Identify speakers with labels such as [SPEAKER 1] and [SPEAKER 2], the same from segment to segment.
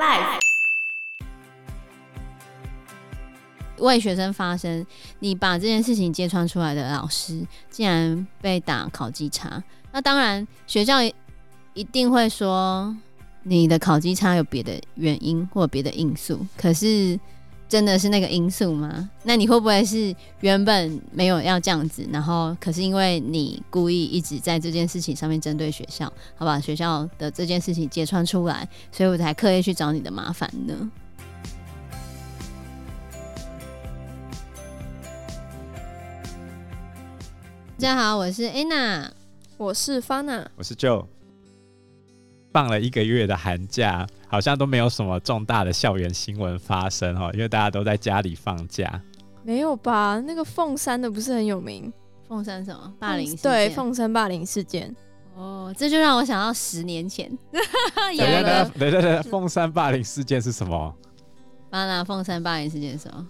[SPEAKER 1] Life
[SPEAKER 2] 为学生发声，你把这件事情揭穿出来的老师，竟然被打考绩差。那当然，学校一定会说你的考绩差有别的原因或别的因素。可是，真的是那个因素吗？那你会不会是原本没有要这样子，然后可是因为你故意一直在这件事情上面针对学校，好把学校的这件事情揭穿出来，所以我才刻意去找你的麻烦呢？大家好，我是 Anna。
[SPEAKER 3] 我是 Fana，
[SPEAKER 4] 我是 Joe。放了一个月的寒假，好像都没有什么重大的校园新闻发生哦，因为大家都在家里放假。
[SPEAKER 3] 没有吧？那个凤山的不是很有名，
[SPEAKER 2] 凤山什么霸凌事件？
[SPEAKER 3] 对凤山霸凌事件，
[SPEAKER 2] 哦，这就让我想到十年 前，有
[SPEAKER 4] 等一
[SPEAKER 2] 一
[SPEAKER 4] 下，等一下
[SPEAKER 2] 个
[SPEAKER 4] 等一下，等一下，凤山霸凌事件是什么？
[SPEAKER 2] 巴拿凤山霸凌事件的时候，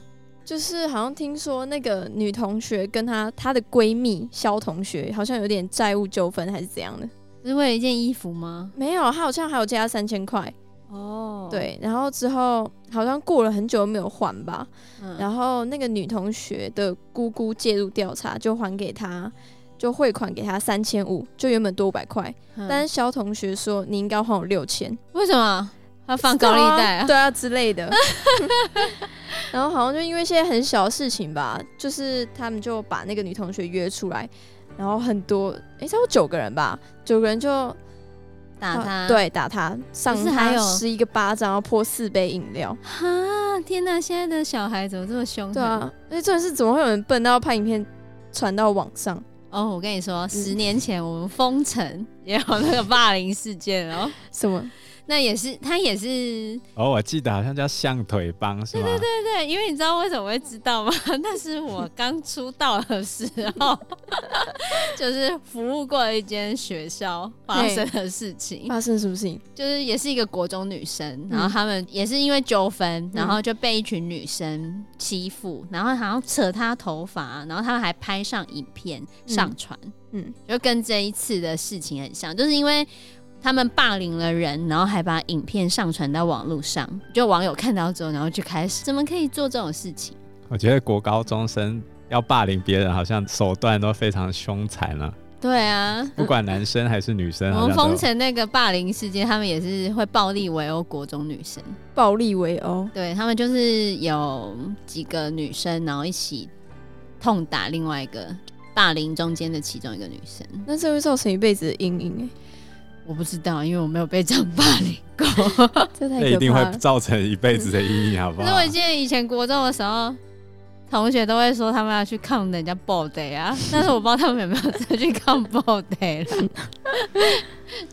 [SPEAKER 3] 就是好像听说那个女同学跟她她的闺蜜肖同学好像有点债务纠纷还是怎样的，
[SPEAKER 2] 是为了一件衣服吗？
[SPEAKER 3] 没有，她好像还有借她三千块，
[SPEAKER 2] 哦，
[SPEAKER 3] 对，然后之后好像过了很久没有还吧，
[SPEAKER 2] 嗯，
[SPEAKER 3] 然后那个女同学的姑姑介入调查，就还给她，就汇款给她三千五，就原本多五百块，
[SPEAKER 2] 嗯
[SPEAKER 3] 但是肖同学说你应该还我六千，
[SPEAKER 2] 为什么他放高利贷啊？
[SPEAKER 3] 对啊之类的。 然后好像就因为现在很小的事情吧，就是他们就把那个女同学约出来，然后很多诶，差不多九个人吧，九个人就
[SPEAKER 2] 打他，，
[SPEAKER 3] 对打他，上
[SPEAKER 2] 不是还
[SPEAKER 3] 他
[SPEAKER 2] 有
[SPEAKER 3] 十一个巴掌，然后泼四杯饮料。
[SPEAKER 2] 哈，天哪，现在的小孩怎么这么凶？
[SPEAKER 3] 对啊，，而且重点是怎么会有人笨到拍影片传到网上？
[SPEAKER 2] 哦，我跟你说，十年前我们封城 也有那个霸凌事件哦，
[SPEAKER 3] 什么？
[SPEAKER 2] 那也是他也是
[SPEAKER 4] 哦，我记得好像叫象腿帮，是吗？对对对。
[SPEAKER 2] 对，因为你知道为什么会知道吗？ 那是我刚出道的时候， 就是服务过一间学校发生的事情，
[SPEAKER 3] 发生了什么事情？
[SPEAKER 2] 就是也是一个国中女
[SPEAKER 3] 嗯
[SPEAKER 2] 生，然后他们也是因为纠纷，然后就被一群女生欺负，然后好像扯她头发，然后他们还拍上影片上传，
[SPEAKER 3] 嗯，
[SPEAKER 2] 就跟这一次的事情很像，就是因为。他们霸凌了人，然后还把影片上传到网络上，就网友看到之后，然后就开始怎么可以做这种事情？
[SPEAKER 4] 我觉得国高中生要霸凌别人，好像手段都非常凶残啊，
[SPEAKER 2] 对啊，
[SPEAKER 4] 不管男生还是女生，
[SPEAKER 2] 我
[SPEAKER 4] 好
[SPEAKER 2] 们
[SPEAKER 4] 像都
[SPEAKER 2] 封
[SPEAKER 4] 有。
[SPEAKER 2] 城那个霸凌事件，他们也是会暴力围殴国中女生。
[SPEAKER 3] 暴力围殴，
[SPEAKER 2] 对他们就是有几个女生，然后一起痛打另外一个霸凌中间的其中一个女生。
[SPEAKER 3] 那这会造成一辈子的阴影
[SPEAKER 2] 我不知道，因为我没有被这样霸凌 过。
[SPEAKER 3] 哎、这太
[SPEAKER 4] 那一
[SPEAKER 3] 可
[SPEAKER 4] 定
[SPEAKER 3] 怕了。
[SPEAKER 4] 会造成一辈子的阴影，好不
[SPEAKER 2] 可
[SPEAKER 4] 好？
[SPEAKER 2] 是我记得以前国中的时候，同学都会说他们要去抗人家 ball day 啊，但是我不知道他们有没有再去抗 ball day 了。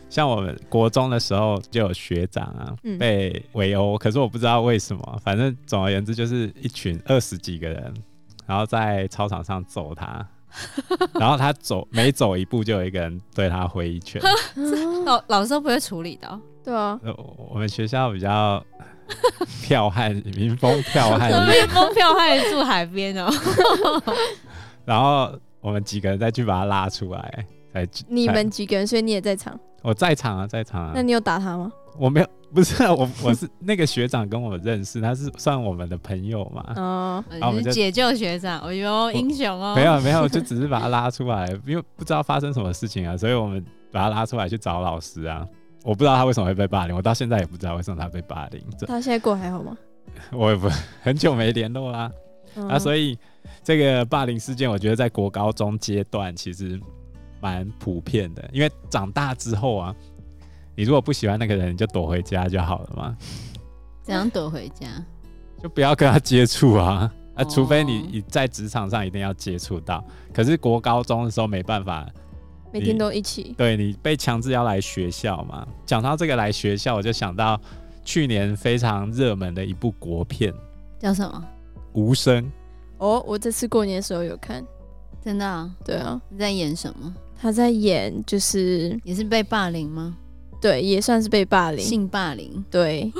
[SPEAKER 4] 像我们国中的时候就有学长啊、
[SPEAKER 3] 嗯
[SPEAKER 4] 被围殴，可是我不知道为什么，反正总而言之就是一群二十几个人，然后在操场上 揍他，然后他走每走一步就有一个人对他挥一 拳。
[SPEAKER 2] 老老师都不会处理的哦、
[SPEAKER 3] 对啊，
[SPEAKER 4] 呃我们学校比较 剽悍，民风 剽悍
[SPEAKER 2] 怎
[SPEAKER 4] 一
[SPEAKER 2] 么
[SPEAKER 4] 点，
[SPEAKER 2] 被风票害住海边 哦、
[SPEAKER 4] 然后我们几个人再去把他拉出来。才
[SPEAKER 3] 你
[SPEAKER 4] 才
[SPEAKER 3] 们几个人，所以你也在场，
[SPEAKER 4] 我在场啊，在场啊
[SPEAKER 3] 那，你有打他吗？
[SPEAKER 4] 我没有，不是啊我，我是那个学长跟我认识，他是算我们的朋友嘛，
[SPEAKER 3] 哦、
[SPEAKER 4] 啊好我
[SPEAKER 2] 你
[SPEAKER 4] 们
[SPEAKER 2] 是
[SPEAKER 4] 就
[SPEAKER 2] 解救学长，哎呦，英雄哦、
[SPEAKER 4] 没有没有，就只是把他拉出来，因为不知道发生什么事情啊，所以我们把他拉出来去找老师啊。我不知道他为什么会被霸凌，我到现在也不知道为什么他被霸凌， 这
[SPEAKER 3] 他现在过得还好吗？
[SPEAKER 4] 我也不很久没联络啦、
[SPEAKER 2] 嗯
[SPEAKER 4] 啊，所
[SPEAKER 3] 以
[SPEAKER 4] 以这个霸凌事件，我觉得在国高中阶段其实蛮普遍的，因为长大之后啊，你如果不喜欢那个人，你就躲回家就好了嘛，
[SPEAKER 2] 怎样躲回家？
[SPEAKER 4] 就不要跟他接触啊。啊，
[SPEAKER 2] 哦
[SPEAKER 4] 除非你你在职场上一定要接触到，可是国高中的时候没办法，
[SPEAKER 3] 每天都一起，
[SPEAKER 4] 对你被强制要来学校嘛？讲到这个来学校，我就想到去年非常热门的一部国片《
[SPEAKER 2] 叫什么？
[SPEAKER 4] 无声》，
[SPEAKER 3] 哦，我这次过年的时候有看，
[SPEAKER 2] 真的、啊？
[SPEAKER 3] 对啊，
[SPEAKER 2] 你在演什么？
[SPEAKER 3] 他在演就是
[SPEAKER 2] 也是被霸凌吗？
[SPEAKER 3] 对，也算是被霸凌，
[SPEAKER 2] 性霸凌？
[SPEAKER 3] 对，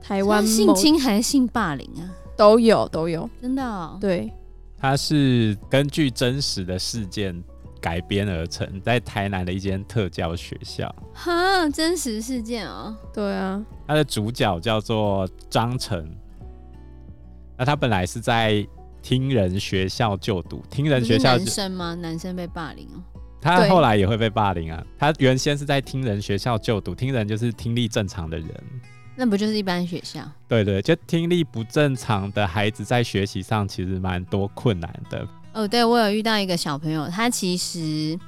[SPEAKER 3] 台湾
[SPEAKER 2] 他性
[SPEAKER 3] 某
[SPEAKER 2] 侵还是性霸凌啊？
[SPEAKER 3] 都有都有，
[SPEAKER 2] 真的、哦？
[SPEAKER 3] 对，
[SPEAKER 4] 它是根据真实的事件改编而成，在台南的一间特教学校，
[SPEAKER 2] 哈，真实事件哦，
[SPEAKER 3] 对啊，
[SPEAKER 4] 它的主角叫做张晨。那他本来是在听人学校就读，听人
[SPEAKER 2] 不
[SPEAKER 4] 学
[SPEAKER 2] 是
[SPEAKER 4] 校
[SPEAKER 2] 男
[SPEAKER 4] 就
[SPEAKER 2] 生吗？男生被霸凌哦，
[SPEAKER 4] 他
[SPEAKER 3] 对
[SPEAKER 4] 后来也会被霸凌啊。他原先是在听人学校就读，听人就是听力正常的人，
[SPEAKER 2] 那不就是一般学校？
[SPEAKER 4] 对对，就听力不正常的孩子在学习上其实蛮多困难的。
[SPEAKER 2] 哦，对，我有遇到一个小朋友，他其实，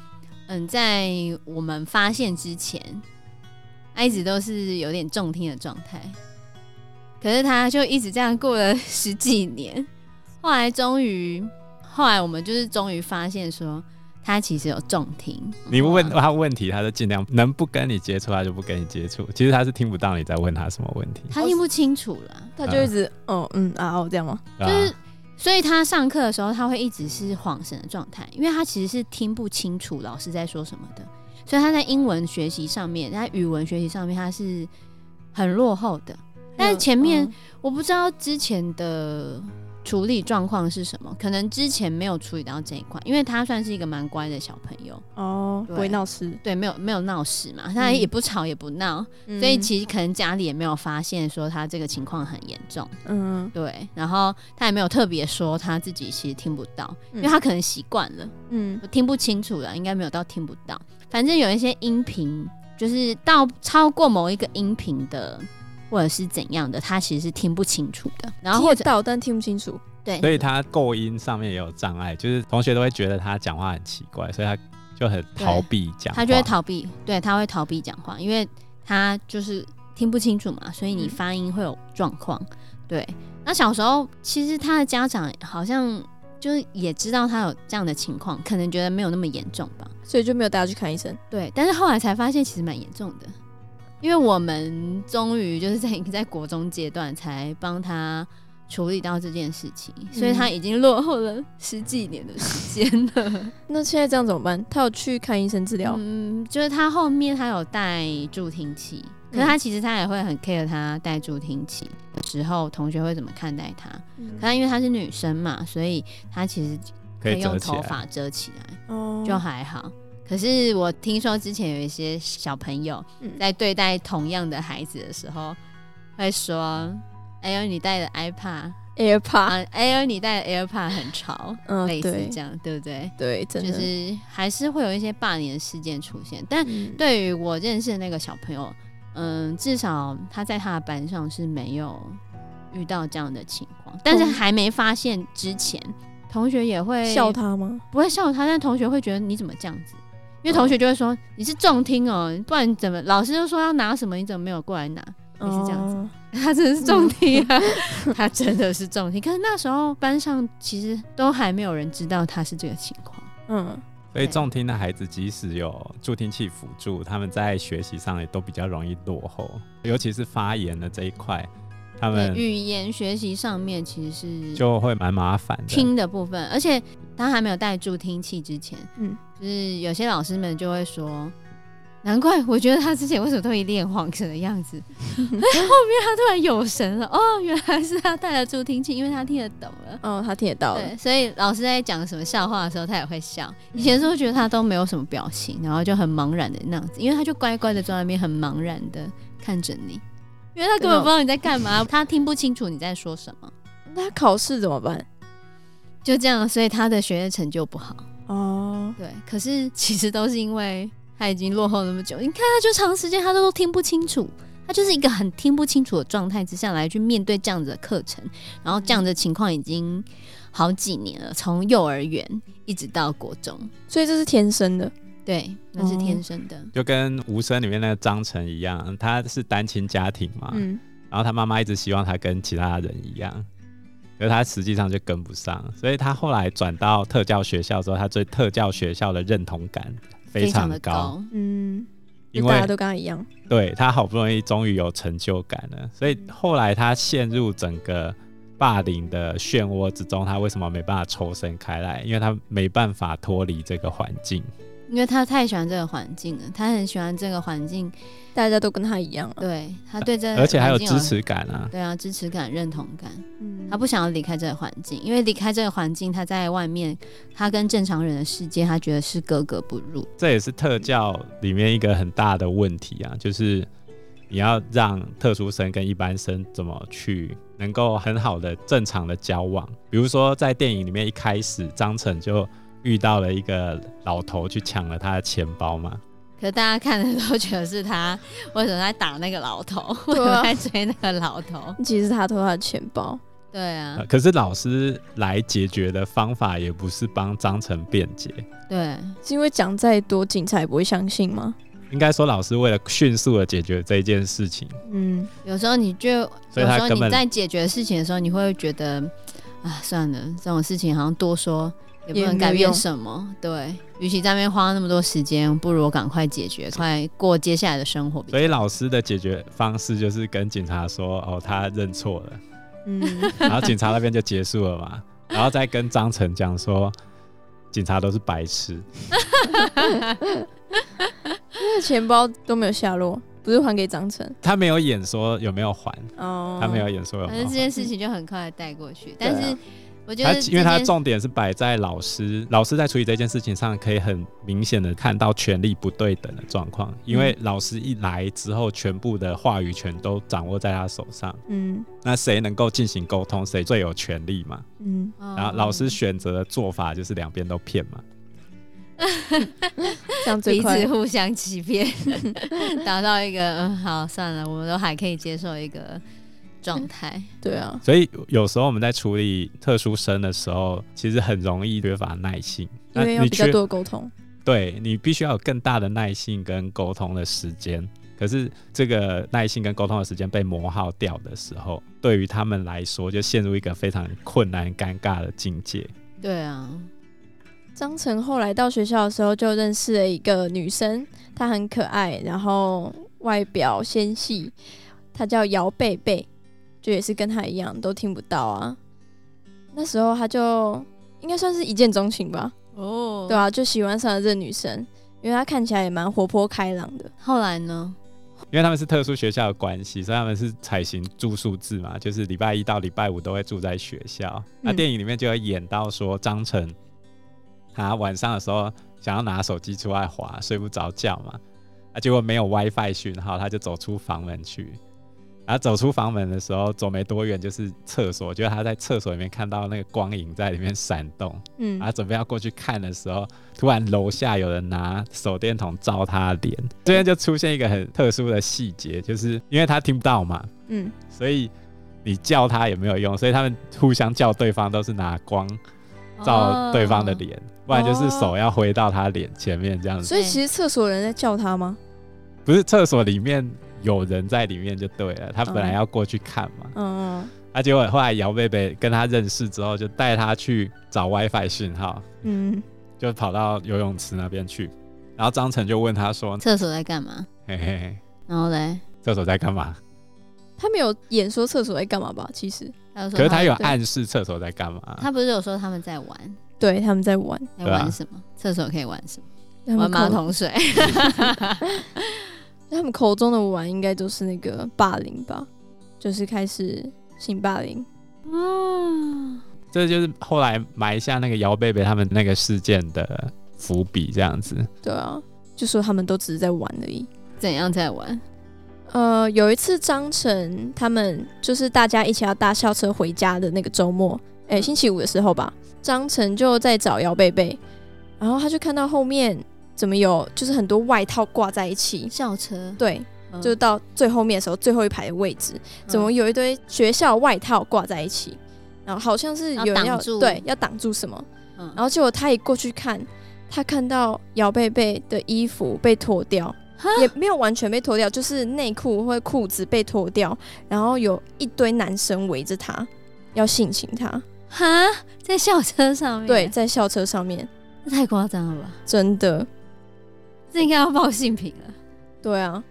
[SPEAKER 2] 嗯，在我们发现之前，他一直都是有点重听的状态，可是他就一直这样过了 十几年，后来终于，后来我们就是终于发现说，他其实有重听。
[SPEAKER 4] 你问
[SPEAKER 2] 嗯
[SPEAKER 4] 他问题，他就尽量能不跟你接触，他就不跟你接触。其实他是听不到你在问他什么问题，
[SPEAKER 2] 他听不清楚了，
[SPEAKER 3] 他就一直哦嗯啊哦这样吗？
[SPEAKER 4] 对
[SPEAKER 2] 就是
[SPEAKER 4] 吧？
[SPEAKER 2] 所以他上课的时候，他会一直是恍神的状态，因为他其实是听不清楚老师在说什么的，所以他在英文学习上面，他语文学习上面他是很落后的。但是前面
[SPEAKER 3] 嗯
[SPEAKER 2] 我不知道之前的处理状况是什么，可能之前没有处理到这一块，因为他算是一个蛮乖的小朋友，
[SPEAKER 3] 哦
[SPEAKER 2] 对
[SPEAKER 3] 不会闹事，
[SPEAKER 2] 对，没有没有闹事嘛，他
[SPEAKER 3] 嗯
[SPEAKER 2] 也不吵也不闹，所以其实可能家里也没有发现说他这个情况很严重。
[SPEAKER 3] 嗯
[SPEAKER 2] 对，然后他也没有特别说他自己其实听不到，因为
[SPEAKER 3] 嗯
[SPEAKER 2] 他可能习惯了，
[SPEAKER 3] 嗯
[SPEAKER 2] 我听不清楚了，应该没有到听不到。反正有一些音频，就是到超过某一个音频的，或者是怎样的，他其实是听不清楚的。然后
[SPEAKER 3] 听
[SPEAKER 2] 或
[SPEAKER 3] 得
[SPEAKER 2] 者
[SPEAKER 3] 到但听不清楚，
[SPEAKER 2] 对，
[SPEAKER 4] 所以他构音上面也有障碍，就是同学都会觉得他讲话很奇怪，所以他就很逃避讲话。
[SPEAKER 2] 他就会逃避，对他会逃避讲话，因为他就是听不清楚嘛，所以你
[SPEAKER 3] 嗯
[SPEAKER 2] 发音会有状况。对，那小时候其实他的家长好像就是也知道他有这样的情况，可能觉得没有那么严重吧。
[SPEAKER 3] 所以就没有带他去看医生。
[SPEAKER 2] 对，但是后来才发现其实蛮严重的，因为我们终于就是在在国中阶段才帮他处理到这件事情，所以他
[SPEAKER 4] 嗯
[SPEAKER 2] 已经落后了十几年的时间了。
[SPEAKER 3] 那现在这样怎么办？他有去看医生治疗，
[SPEAKER 2] 嗯，就是他后面他有带助听器，可
[SPEAKER 4] 嗯
[SPEAKER 2] 是他其实他也会很 care 他带助听器的时候，同学会怎么看待他。
[SPEAKER 3] 嗯
[SPEAKER 2] 可嗯他因为她是女生嘛，所以她其实
[SPEAKER 4] 可以折
[SPEAKER 2] 用
[SPEAKER 4] 起
[SPEAKER 2] 头
[SPEAKER 4] 来，嗯
[SPEAKER 2] 发遮起来，
[SPEAKER 3] 哦
[SPEAKER 2] 就还好。可是我听说之前有一些小朋友
[SPEAKER 3] 嗯
[SPEAKER 2] 在对待同样的孩子的时候，会说：“哎呦，你带的 iPad
[SPEAKER 3] AirPod，
[SPEAKER 2] 啊，哎呦，你带的 AirPod 很吵。”
[SPEAKER 3] 嗯
[SPEAKER 2] 类似
[SPEAKER 3] 对
[SPEAKER 2] 这样，对不对？
[SPEAKER 3] 对，真
[SPEAKER 2] 就
[SPEAKER 3] 的
[SPEAKER 2] 是还是会有一些霸凌的事件出现，但
[SPEAKER 3] 嗯
[SPEAKER 2] 对于我认识的那个小朋友，嗯，至少他在他的班上是没有遇到这样的情况，但是
[SPEAKER 3] 同
[SPEAKER 2] 还没发现之前，同学也会
[SPEAKER 3] 笑，他吗？
[SPEAKER 2] 不会笑他，但同学会觉得你怎么这样子，因为同学就会说、你是重听哦，不然你怎么老师就说要拿什么，你怎么没有过来拿？ 也是这样子
[SPEAKER 3] 哦，
[SPEAKER 2] 他真的是重听啊， 他真的是重听。可是那时候班上其实都还没有人知道他是这个情况，
[SPEAKER 3] 嗯，
[SPEAKER 4] 所以重听的孩子即使有助听器辅助，他们在学习上也都比较容易落后，尤其是发言的这一块，他
[SPEAKER 2] 对
[SPEAKER 4] 们
[SPEAKER 2] 语言学习上面其实是
[SPEAKER 4] 就会蛮麻烦的。
[SPEAKER 2] 听的部分，而且他还没有带助听器之前，嗯
[SPEAKER 3] 嗯，
[SPEAKER 2] 就是有些老师们就会说，难怪我觉得他之前为什么都一脸恍神的样子，后面他突然有神了，哦，原来是他带了助听器，因为他听得懂了。
[SPEAKER 3] 哦，他听得到了，
[SPEAKER 2] 对，所以老师在讲什么笑话的时候，他也会笑。以前都觉得他都没有什么表情，然后就很茫然的那样子，因为他就乖乖的坐在那边，很茫然的看着你，因为他根本不知道你在干嘛，他听不清楚你在说什么。
[SPEAKER 3] 那他考试怎么办？
[SPEAKER 2] 就这样，所以他的学业成就不好。
[SPEAKER 3] 哦，
[SPEAKER 2] 对，可是 其实都是因为他已经落后那么久。你看，他就长时间他都听不清楚，他就是一个很听不清楚的状态之下来去面对这样子的课程，然后这
[SPEAKER 4] 嗯
[SPEAKER 2] 样的情况已经好几年了，从幼儿园一直到国中。
[SPEAKER 3] 所以这是天生的，
[SPEAKER 2] 对，那是
[SPEAKER 4] 哦
[SPEAKER 2] 天生的。
[SPEAKER 4] 就跟《无声》里面那个张晨一样，他是单亲家庭嘛，
[SPEAKER 3] 嗯，
[SPEAKER 4] 然后他妈妈一直希望他跟其他人一样，可是他实际上就跟不上，所以他后来转到特教学校之后，他对特教学校的认同感非常
[SPEAKER 2] 的
[SPEAKER 4] 高，
[SPEAKER 2] 高，
[SPEAKER 3] 嗯，
[SPEAKER 4] 因
[SPEAKER 3] 就大家
[SPEAKER 4] 为
[SPEAKER 3] 都跟他一样，
[SPEAKER 4] 对他好不容易终于有成就感了，所以后来他陷入整个霸凌的漩涡之中，他为什么没办法抽身开来？因为他没办法脱离这个环境。
[SPEAKER 2] 因为他太喜欢这个环境了，他很喜欢这个环境，
[SPEAKER 3] 大家都跟他一样啊。
[SPEAKER 2] 对他对这
[SPEAKER 4] 而且还有
[SPEAKER 2] 环境
[SPEAKER 4] 支，持感啊。
[SPEAKER 2] 对啊，支持感、认同感，
[SPEAKER 3] 嗯
[SPEAKER 2] 他不想要离开这个环境，因为离开这个环境，他在外面，他跟正常人的世界，他觉得是格格不入。
[SPEAKER 4] 这也是特教里面一个很大的问题啊，就是你要让特殊生跟一般生怎么去能够很好的正常的交往。比如说在电影里面一开始，张晨就遇到了一个老头去抢了他的钱包嘛，
[SPEAKER 2] 可大家看的都觉得是他为什么在打那个老头，为什
[SPEAKER 3] 对
[SPEAKER 2] 么
[SPEAKER 3] 啊
[SPEAKER 2] 在追那个老头？
[SPEAKER 3] 其实是他偷他的钱包，
[SPEAKER 2] 对啊
[SPEAKER 4] 呃，可是老师来解决的方法也不是帮张晨辩解，
[SPEAKER 2] 对，
[SPEAKER 3] 是因为讲再多，警察也不会相信吗？
[SPEAKER 4] 应该说老师为了迅速的解决这件事情，
[SPEAKER 3] 嗯，
[SPEAKER 2] 有时候你就，
[SPEAKER 4] 所以
[SPEAKER 2] 有
[SPEAKER 4] 他
[SPEAKER 2] 时候
[SPEAKER 4] 根
[SPEAKER 2] 你
[SPEAKER 4] 本
[SPEAKER 2] 在解决事情的时候，你会觉得，啊，算了，这种事情好像多说也不
[SPEAKER 3] 也
[SPEAKER 2] 能
[SPEAKER 3] 没
[SPEAKER 2] 改变
[SPEAKER 3] 用
[SPEAKER 2] 什么。对，与其在那边花那么多时间，不如我赶快解决，快过接下来的生活比较
[SPEAKER 4] 所以老师的解决方式就是跟警察说，哦，他认错了。
[SPEAKER 3] 嗯，
[SPEAKER 4] 然后警察那边就结束了嘛，然后再跟张晨讲说，警察都是白痴，
[SPEAKER 3] 那钱包都没有下落，不是还给张晨
[SPEAKER 4] 他没有演说有没有还，
[SPEAKER 3] 哦，
[SPEAKER 4] 他没有，演说有
[SPEAKER 2] 反
[SPEAKER 4] 没有
[SPEAKER 2] 正这
[SPEAKER 4] 还。
[SPEAKER 2] 件事情就很快地带过去，
[SPEAKER 3] 对啊
[SPEAKER 2] 但是我觉
[SPEAKER 4] 他
[SPEAKER 2] 得
[SPEAKER 4] 因为他
[SPEAKER 2] 这件
[SPEAKER 4] 重点是摆在老师，老师在处理这件事情上，可以很明显的看到权力不对等的状况。因为
[SPEAKER 2] 嗯
[SPEAKER 4] 老师一来之后，全部的话语权都掌握在他手上，
[SPEAKER 3] 嗯
[SPEAKER 4] 那谁能够进行沟通，谁最有权利嘛？
[SPEAKER 3] 嗯，
[SPEAKER 2] 哦
[SPEAKER 4] 然后老师选择的做法就是两边都骗嘛。
[SPEAKER 3] 这样最
[SPEAKER 2] 彼
[SPEAKER 3] 快
[SPEAKER 2] 此。互相欺 骗，达到一个嗯好算了，我们都还可以接受一个状态。
[SPEAKER 3] 对啊，
[SPEAKER 4] 所以有时候我们在处理特殊生的时候，其实很容易缺乏耐心。
[SPEAKER 3] 因
[SPEAKER 4] 那
[SPEAKER 3] 为要
[SPEAKER 4] 你
[SPEAKER 3] 比较
[SPEAKER 4] 缺
[SPEAKER 3] 多的沟通，
[SPEAKER 4] 对你必须要有更大的耐性跟沟通的时间。可是这个耐性跟沟通的时间被磨耗掉的时候，对于他们来说就陷入一个非常困难、尴尬的境界。
[SPEAKER 2] 对啊，
[SPEAKER 3] 张晨后来到学校的时候就认识了一个女生，她很可爱，然后外表纤细，她叫姚贝贝，就也是跟她一样都听不到啊。那时候他就应该算是一见钟情吧，
[SPEAKER 2] 哦
[SPEAKER 3] 对啊，就喜欢上了这个女生，因为她看起来也蛮活泼开朗的。
[SPEAKER 2] 后来呢？
[SPEAKER 4] 因为他们是特殊学校的关系，所以他们是采行住宿制嘛，就是礼拜一到礼拜五都会住在学校。那
[SPEAKER 3] 嗯
[SPEAKER 4] 电影里面就有演到说，张晨他晚上的时候想要拿手机出来滑，睡不着觉嘛，啊，结果没有 WiFi 讯号，他就走出房门去。然后走出房门的时候，走没多远就是厕所，就是他在厕所里面看到那个光影在里面闪动，
[SPEAKER 2] 啊
[SPEAKER 3] 嗯
[SPEAKER 4] 然后准备要过去看的时候，突然楼下有人拿手电筒照他的脸，这边就出现一个很特殊的细节，就是因为他听不到嘛，
[SPEAKER 3] 嗯，
[SPEAKER 4] 所以你叫他也没有用，所以他们互相叫对方都是拿光照对方的
[SPEAKER 2] 哦
[SPEAKER 4] 脸，不然就是手要挥到他脸前面这样
[SPEAKER 2] 嗯
[SPEAKER 4] 子，
[SPEAKER 3] 所以其实厕所有人在叫她吗？
[SPEAKER 4] 不是厕所里面有人在里面就对了，他本来
[SPEAKER 3] 嗯
[SPEAKER 4] 要过去看嘛，
[SPEAKER 3] 嗯，
[SPEAKER 4] 啊，结果后来姚贝贝跟他认识之后，就带他去找 WiFi 讯号，
[SPEAKER 3] 嗯，
[SPEAKER 4] 就跑到游泳池那边去。然后张晨就问他
[SPEAKER 3] 哦
[SPEAKER 4] 说
[SPEAKER 2] 厕所在干嘛？：“
[SPEAKER 4] 嘿嘿嘿，
[SPEAKER 2] 然后嘞，
[SPEAKER 4] 厕所在干嘛
[SPEAKER 3] 他没有演说厕所在干嘛吧？其实，
[SPEAKER 2] 他就？”说
[SPEAKER 4] 可是他有
[SPEAKER 2] 们
[SPEAKER 4] 暗示厕所在干嘛。
[SPEAKER 2] 嗯他不是有说他们在玩，
[SPEAKER 3] 对，他们在玩，
[SPEAKER 2] 在
[SPEAKER 4] 对啊
[SPEAKER 2] 玩什么？厕所可以玩什么？
[SPEAKER 3] 他
[SPEAKER 2] 玩
[SPEAKER 3] 们
[SPEAKER 2] 马
[SPEAKER 3] 口，
[SPEAKER 2] 桶水。
[SPEAKER 3] 他们口中的玩应该都是那个霸凌吧，就是开始性霸凌。
[SPEAKER 2] 嗯，
[SPEAKER 3] 哦
[SPEAKER 4] 这就是后来埋下那个姚贝贝他们那个事件的伏笔，这样子。
[SPEAKER 3] 对啊，就说他们都只是在玩而已。
[SPEAKER 2] 怎样在玩？
[SPEAKER 3] 呃，有一次张晨他们就是大家一起要搭校车回家的那个周末，哎、
[SPEAKER 2] 嗯
[SPEAKER 3] 星期五的时候吧，张晨就在找姚贝贝，然后他就看到后面怎么有就是很多外套挂在一起，
[SPEAKER 2] 校车，
[SPEAKER 3] 对，
[SPEAKER 2] 嗯
[SPEAKER 3] 就到最后面的时候最后一排的位置，怎么有一堆学校外套挂在一起，然后好像是有人
[SPEAKER 2] 要
[SPEAKER 3] 要
[SPEAKER 2] 挡住
[SPEAKER 3] 对要挡住什么，
[SPEAKER 2] 嗯
[SPEAKER 3] 然后结果他一过去看，他看到姚贝贝的衣服被脱掉，也没有完全被脱掉，就是内裤或者裤子被脱掉，然后有一堆男生围着他要性侵他，
[SPEAKER 2] 哈，在校车上面，
[SPEAKER 3] 对，，啊在校车上面，
[SPEAKER 2] 这太夸张了吧？
[SPEAKER 3] 真的，
[SPEAKER 2] 这应该要报性平了。
[SPEAKER 3] 对啊，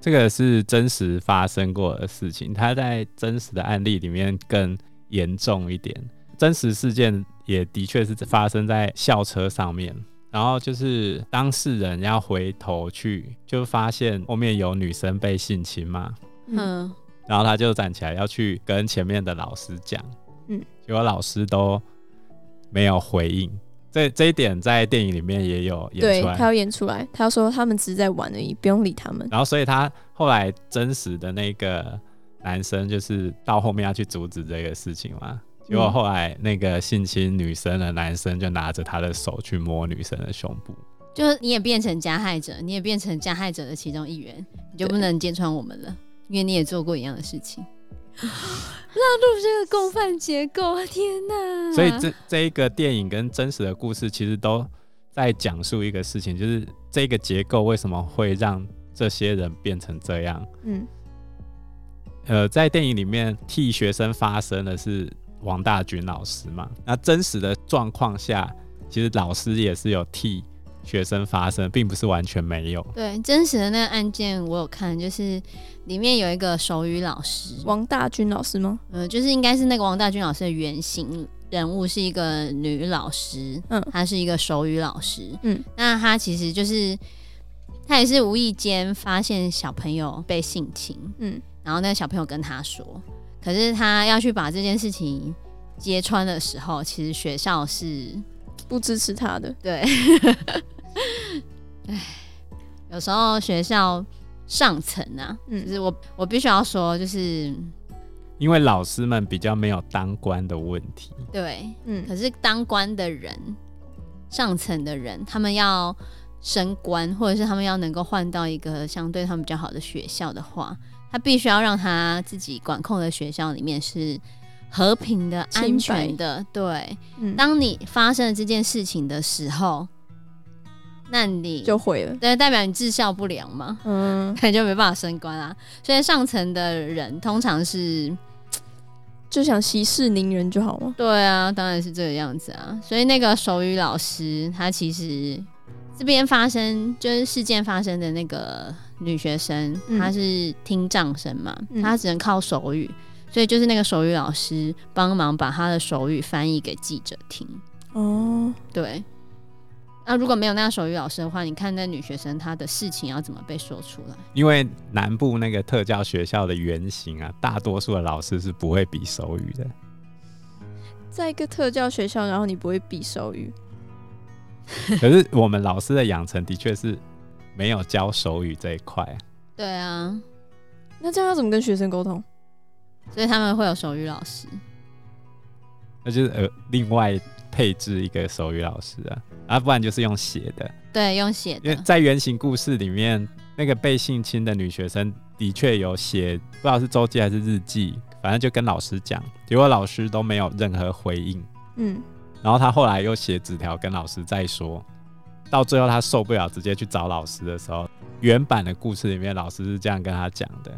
[SPEAKER 4] 这个是真实发生过的事情，它在真实的案例里面更严重一点。真实事件也的确是发生在校车上面，然后就是当事人要回头去，就发现后面有女生被性侵嘛，
[SPEAKER 3] 嗯，
[SPEAKER 2] 嗯，
[SPEAKER 4] 然后他就站起来要去跟前面的老师讲，
[SPEAKER 3] 嗯，
[SPEAKER 4] 结果老师都没有回应。这这一点在电影里面也有演
[SPEAKER 3] 对
[SPEAKER 4] 出
[SPEAKER 3] 他
[SPEAKER 4] 来，
[SPEAKER 3] 要演出来，他要说他们只是在玩而已，不用理他们。
[SPEAKER 4] 然后所以他后来真实的那个男生就是到后面要去阻止这个事情嘛，结果
[SPEAKER 3] 嗯
[SPEAKER 4] 后来那个性侵女生的男生就拿着他的手去摸女生的胸部，
[SPEAKER 2] 就是你也变成加害者，你也变成加害者的其中一员，你就不能揭穿我们了，因为你也做过一样的事情。 纳入这个共犯结构，天哪！
[SPEAKER 4] 所以这这一个电影跟真实的故事其实都在讲述一个事情，就是这个结构为什么会让这些人变成这样。
[SPEAKER 3] 嗯，
[SPEAKER 4] 呃，在电影里面替学生发声的是王大军老师嘛，那真实的状况下，其实老师也是有替学生发声，并不是完全没有。
[SPEAKER 2] 对真实的那个案件，我有看，就是里面有一个手语老师，
[SPEAKER 3] 王大军老师吗？
[SPEAKER 2] 呃，就是应该是那个王大军老师的原型人物是一个女老师，
[SPEAKER 3] 嗯
[SPEAKER 2] 她是一个手语老师，
[SPEAKER 3] 嗯，
[SPEAKER 2] 那她其实就是她也是无意间发现小朋友被性侵，
[SPEAKER 3] 嗯
[SPEAKER 2] 然后那个小朋友跟她说，可是她要去把这件事情揭穿的时候，其实学校是
[SPEAKER 3] 不支持他的。
[SPEAKER 2] 对， 唉，有时候学校上层啊，
[SPEAKER 3] 嗯
[SPEAKER 2] 就是我我必须要说，就是
[SPEAKER 4] 因为老师们比较没有当官的问题，
[SPEAKER 2] 对，
[SPEAKER 3] 嗯
[SPEAKER 2] 可是当官的人，上层的人，他们要升官，或者是他们要能够换到一个相对他们比较好的学校的话，他必须要让他自己管控的学校里面是和平的、
[SPEAKER 3] 清白
[SPEAKER 2] 安全的。对，
[SPEAKER 3] 嗯，
[SPEAKER 2] 当你发生了这件事情的时候，那你
[SPEAKER 3] 就毁了。
[SPEAKER 2] 对代表你治校不良嘛，
[SPEAKER 3] 嗯，
[SPEAKER 2] 那你 就没办法升官啊。所以上层的人通常是
[SPEAKER 3] 就想息事宁人就好吗？
[SPEAKER 2] 对啊，当然是这个样子啊。所以那个手语老师，她其实这边发生就是事件发生的那个女学生，
[SPEAKER 3] 嗯
[SPEAKER 2] 她是听障生嘛，
[SPEAKER 3] 嗯
[SPEAKER 2] 她只能靠手语，所以就是那个手语老师帮忙把她的手语翻译给记者听。
[SPEAKER 3] 哦，
[SPEAKER 2] 对，那、如果没有那个手语老师的话，你看那女学生她的事情要怎么被说出来？
[SPEAKER 4] 因为南部那个特教学校的原型啊，大多数的老师是不会比手语的。
[SPEAKER 3] 在一个特教学校，然后你不会比手语，
[SPEAKER 4] 可是我们老师的养成的确是没有教手语这一块啊，
[SPEAKER 2] 对啊，
[SPEAKER 3] 那这样要怎么跟学生沟通？
[SPEAKER 2] 所以他们会有手语老师。
[SPEAKER 4] 那就是呃另外配置一个手语老师啊，啊不然就是用写的，
[SPEAKER 2] 对，用写
[SPEAKER 4] 因为
[SPEAKER 2] 的，
[SPEAKER 4] 在原型故事里面，那个被性侵的女学生的确有写，不知道是周记还是日记，反正就跟老师讲，结果老师都没有任何回应，
[SPEAKER 3] 嗯，
[SPEAKER 4] 然后她后来又写纸条跟老师再说，到最后她受不了，直接去找老师的时候，原版的故事里面老师是这样跟她讲的：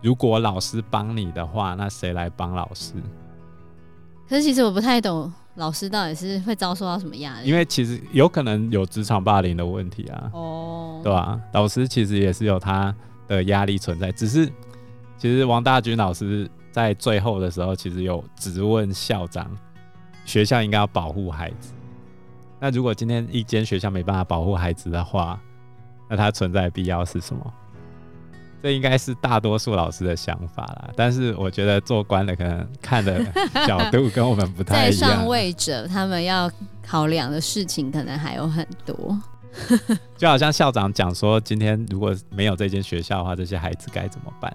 [SPEAKER 4] 如果老师帮你的话，那谁来帮老师？
[SPEAKER 2] 可是其实我不太懂老师到底是会遭受到什么压力，
[SPEAKER 4] 因为其实有可能有职场霸凌的问题啊，
[SPEAKER 2] 哦，
[SPEAKER 4] 对吧、老师其实也是有他的压力存在，只是其实王大军老师在最后的时候，其实有质问校长，学校应该要保护孩子。那如果今天一间学校没办法保护孩子的话，那它存在的必要是什么？这应该是大多数老师的想法啦，但是我觉得做官的可能看的角 度跟我们不
[SPEAKER 2] 在
[SPEAKER 4] 太一样。
[SPEAKER 2] 上位者他们要考量的事情可能还有很多。
[SPEAKER 4] 就好像校长讲说，今天如果没有这间学校的话，这些孩子该怎么办？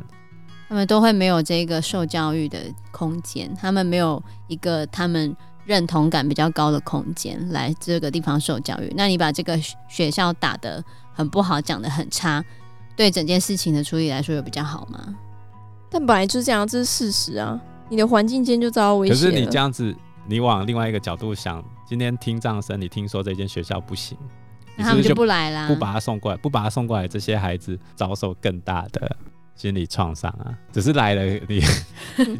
[SPEAKER 2] 他们都会没有这个受教育的空间，他们没有一个他们认同感比较高的空间来这个地方受教育。那你把这个学学校打得很不好，讲得很差，对整件事情的处理来说有比较好吗？
[SPEAKER 3] 但本来就是这样，这是事实啊。你的环境间就遭到威胁
[SPEAKER 4] 可
[SPEAKER 3] 了。
[SPEAKER 4] 是你这样子，你往另外一个角度想，今天听障生，你听说这间学校不行，
[SPEAKER 2] 那
[SPEAKER 4] 你是
[SPEAKER 2] 他
[SPEAKER 4] 不
[SPEAKER 2] 们就
[SPEAKER 4] 是就
[SPEAKER 2] 不来啦。
[SPEAKER 4] 不把他送过来？不把他送过来，这些孩子遭受更大的心理创伤啊！只是来了 你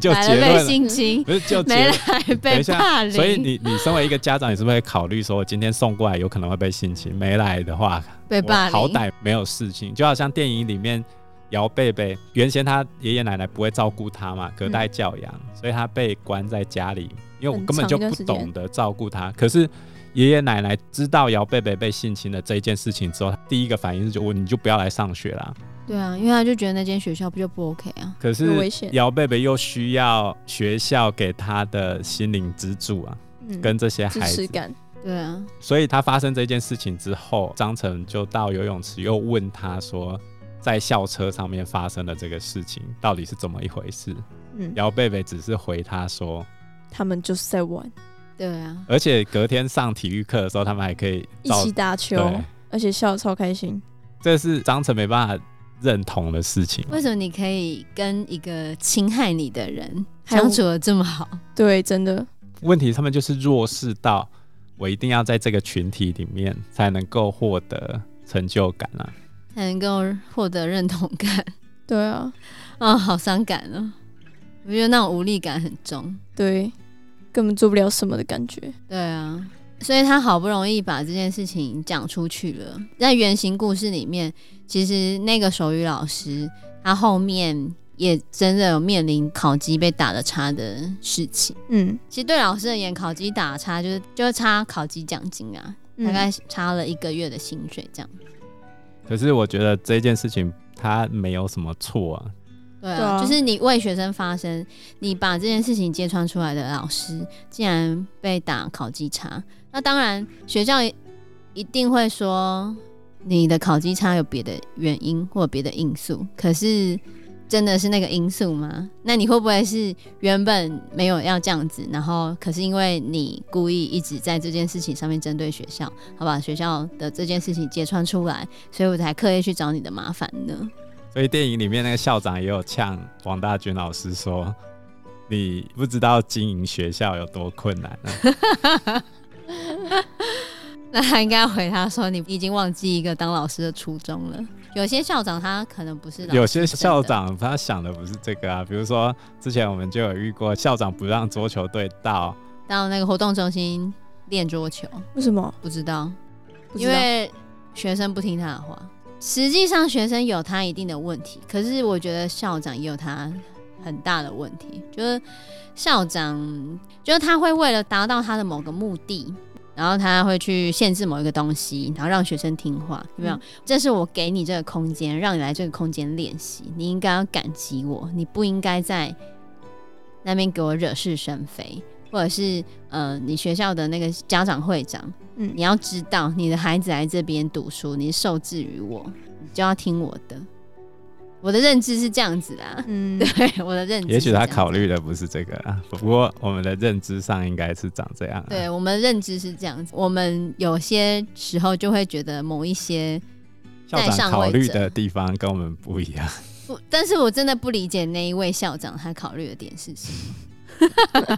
[SPEAKER 4] 就
[SPEAKER 2] 来
[SPEAKER 4] 结
[SPEAKER 2] 了被
[SPEAKER 4] 论了，
[SPEAKER 2] 性侵，
[SPEAKER 4] 不是就 结
[SPEAKER 2] 没
[SPEAKER 4] 论。
[SPEAKER 2] 来
[SPEAKER 4] 等一
[SPEAKER 2] 被霸
[SPEAKER 4] 下，
[SPEAKER 2] 凌，
[SPEAKER 4] 所以你你身为一个家长，你是不是会考虑说，我今天送过来有可能会被性侵？没来的话，
[SPEAKER 2] 被
[SPEAKER 4] 我
[SPEAKER 2] 霸凌，
[SPEAKER 4] 好歹没有事情，就好像电影里面姚贝贝，原先她爷爷奶奶不会照顾她嘛，隔代教养，所以她被关在家里，因为我
[SPEAKER 3] 很
[SPEAKER 4] 根本
[SPEAKER 3] 长一
[SPEAKER 4] 就
[SPEAKER 3] 段
[SPEAKER 4] 不
[SPEAKER 3] 时间
[SPEAKER 4] 懂得照顾她。可是爷爷奶奶知道姚贝贝被性侵的这一件事情之后，第一个反应是就我你就不要来上学啦。
[SPEAKER 2] 对啊，因为他就觉得那间学校不就不 OK 啊？
[SPEAKER 4] 可是
[SPEAKER 3] 有危险
[SPEAKER 4] 姚贝贝又需要学校给她的心灵支柱啊，
[SPEAKER 3] 嗯，
[SPEAKER 4] 跟这些
[SPEAKER 3] 支
[SPEAKER 4] 孩
[SPEAKER 3] 持
[SPEAKER 4] 子。
[SPEAKER 3] 感，
[SPEAKER 2] 对啊，
[SPEAKER 4] 所以他发生这件事情之后，张晨就到游泳池又问他说，在校车上面发生的这个事情到底是怎么一回事？
[SPEAKER 3] 嗯，
[SPEAKER 4] 姚贝贝只是回他说，
[SPEAKER 3] 他们就是在玩，
[SPEAKER 2] 对啊，
[SPEAKER 4] 而且隔天上体育课的时候，他们还可以
[SPEAKER 3] 一
[SPEAKER 4] 照
[SPEAKER 3] 起打球，
[SPEAKER 4] 对，
[SPEAKER 3] 而且笑得超开心，
[SPEAKER 4] 这是张晨没办法认同的事情。
[SPEAKER 2] 为什么你可以跟一个侵害你的人
[SPEAKER 3] 还有
[SPEAKER 2] 相处的这么好？
[SPEAKER 3] 对，真的，
[SPEAKER 4] 问题他们就是弱势到我一定要在这个群体里面才能够获得成就感啊。
[SPEAKER 2] 才能够获得认同感
[SPEAKER 3] 对啊，
[SPEAKER 2] 啊、 好伤感啊！我觉得那种无力感很重。
[SPEAKER 3] 对，根本做不了什么的感觉，
[SPEAKER 2] 对啊，所以他好不容易把这件事情讲出去了。在原型故事里面，其实那个手语老师他后面也真的有面临考鸡被打的叉的事情。
[SPEAKER 3] 嗯，
[SPEAKER 2] 其实对老师而言，考鸡打叉就是就是差考鸡奖金啊，
[SPEAKER 3] 嗯
[SPEAKER 2] 大概差了一个月的薪水这样。
[SPEAKER 4] 可是我觉得这件事情他没有什么错啊，
[SPEAKER 2] 对啊，
[SPEAKER 3] 对啊
[SPEAKER 2] 就是你为学生发声，你把这件事情揭穿出来的老师，竟然被打考绩差，那当然学校一定会说你的考绩差有别的原因或别的因素，可是真的是那个因素吗？那你会不会是原本没有要这样子，然后可是因为你故意一直在这件事情上面针对学校，好把学校的这件事情揭穿出来，所以我才刻意去找你的麻烦呢？
[SPEAKER 4] 所以电影里面那个校长也有呛王大军老师说：“你不知道经营学校有多困难、啊。
[SPEAKER 2] 那他应该回他说：“你已经忘记一个当老师的初衷了。”有些校长他可能不是”老
[SPEAKER 4] 有些
[SPEAKER 2] 师真
[SPEAKER 4] 校
[SPEAKER 2] 的
[SPEAKER 4] 长他想的不是这个啊，比如说之前我们就有遇过校长不让桌球队到，
[SPEAKER 2] 到那个活动中心练桌球，
[SPEAKER 3] 为什么？
[SPEAKER 2] 不知道，
[SPEAKER 3] 不知
[SPEAKER 2] 因
[SPEAKER 3] 道
[SPEAKER 2] 为学生不听他的话。实际上，学生有他一定的问题，可是我觉得校长也有他很大的问题，就是校长就是他会为了达到他的某个目的，然后他会去限制某一个东西，然后让学生听话，有没有？
[SPEAKER 3] 嗯
[SPEAKER 2] 这是我给你这个空间，让你来这个空间练习，你应该要感激我，你不应该在那边给我惹是生非，或者是呃，你学校的那个家长会长，
[SPEAKER 3] 嗯
[SPEAKER 2] 你要知道你的孩子来这边读书，你受制于我，你就要听我的。我的认知是这样子啦，
[SPEAKER 3] 嗯，
[SPEAKER 2] 对，我的认知是
[SPEAKER 4] 也许他
[SPEAKER 2] 这样子
[SPEAKER 4] 考虑的不是这个啊，不过我们的认知上应该是长这样、啊。
[SPEAKER 2] 对我们认知是这样子，我们有些时候就会觉得某一些
[SPEAKER 4] 校长考虑的地方跟我们不一样，
[SPEAKER 2] 不，但是我真的不理解那一位校长他考虑的点是什么。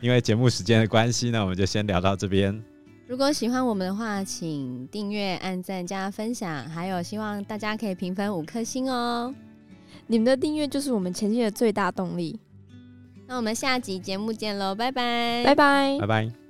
[SPEAKER 4] 因为节目时间的关系呢，我们就先聊到这边。
[SPEAKER 2] 如果喜欢我们的话，请订阅、按赞、加分享，还有希望大家可以评分五颗星哦。
[SPEAKER 3] 你们的订阅就是我们前进的最大动力，
[SPEAKER 2] 那我们下集节目见喽，拜拜，
[SPEAKER 3] 拜拜
[SPEAKER 2] 嗯
[SPEAKER 4] 拜。拜。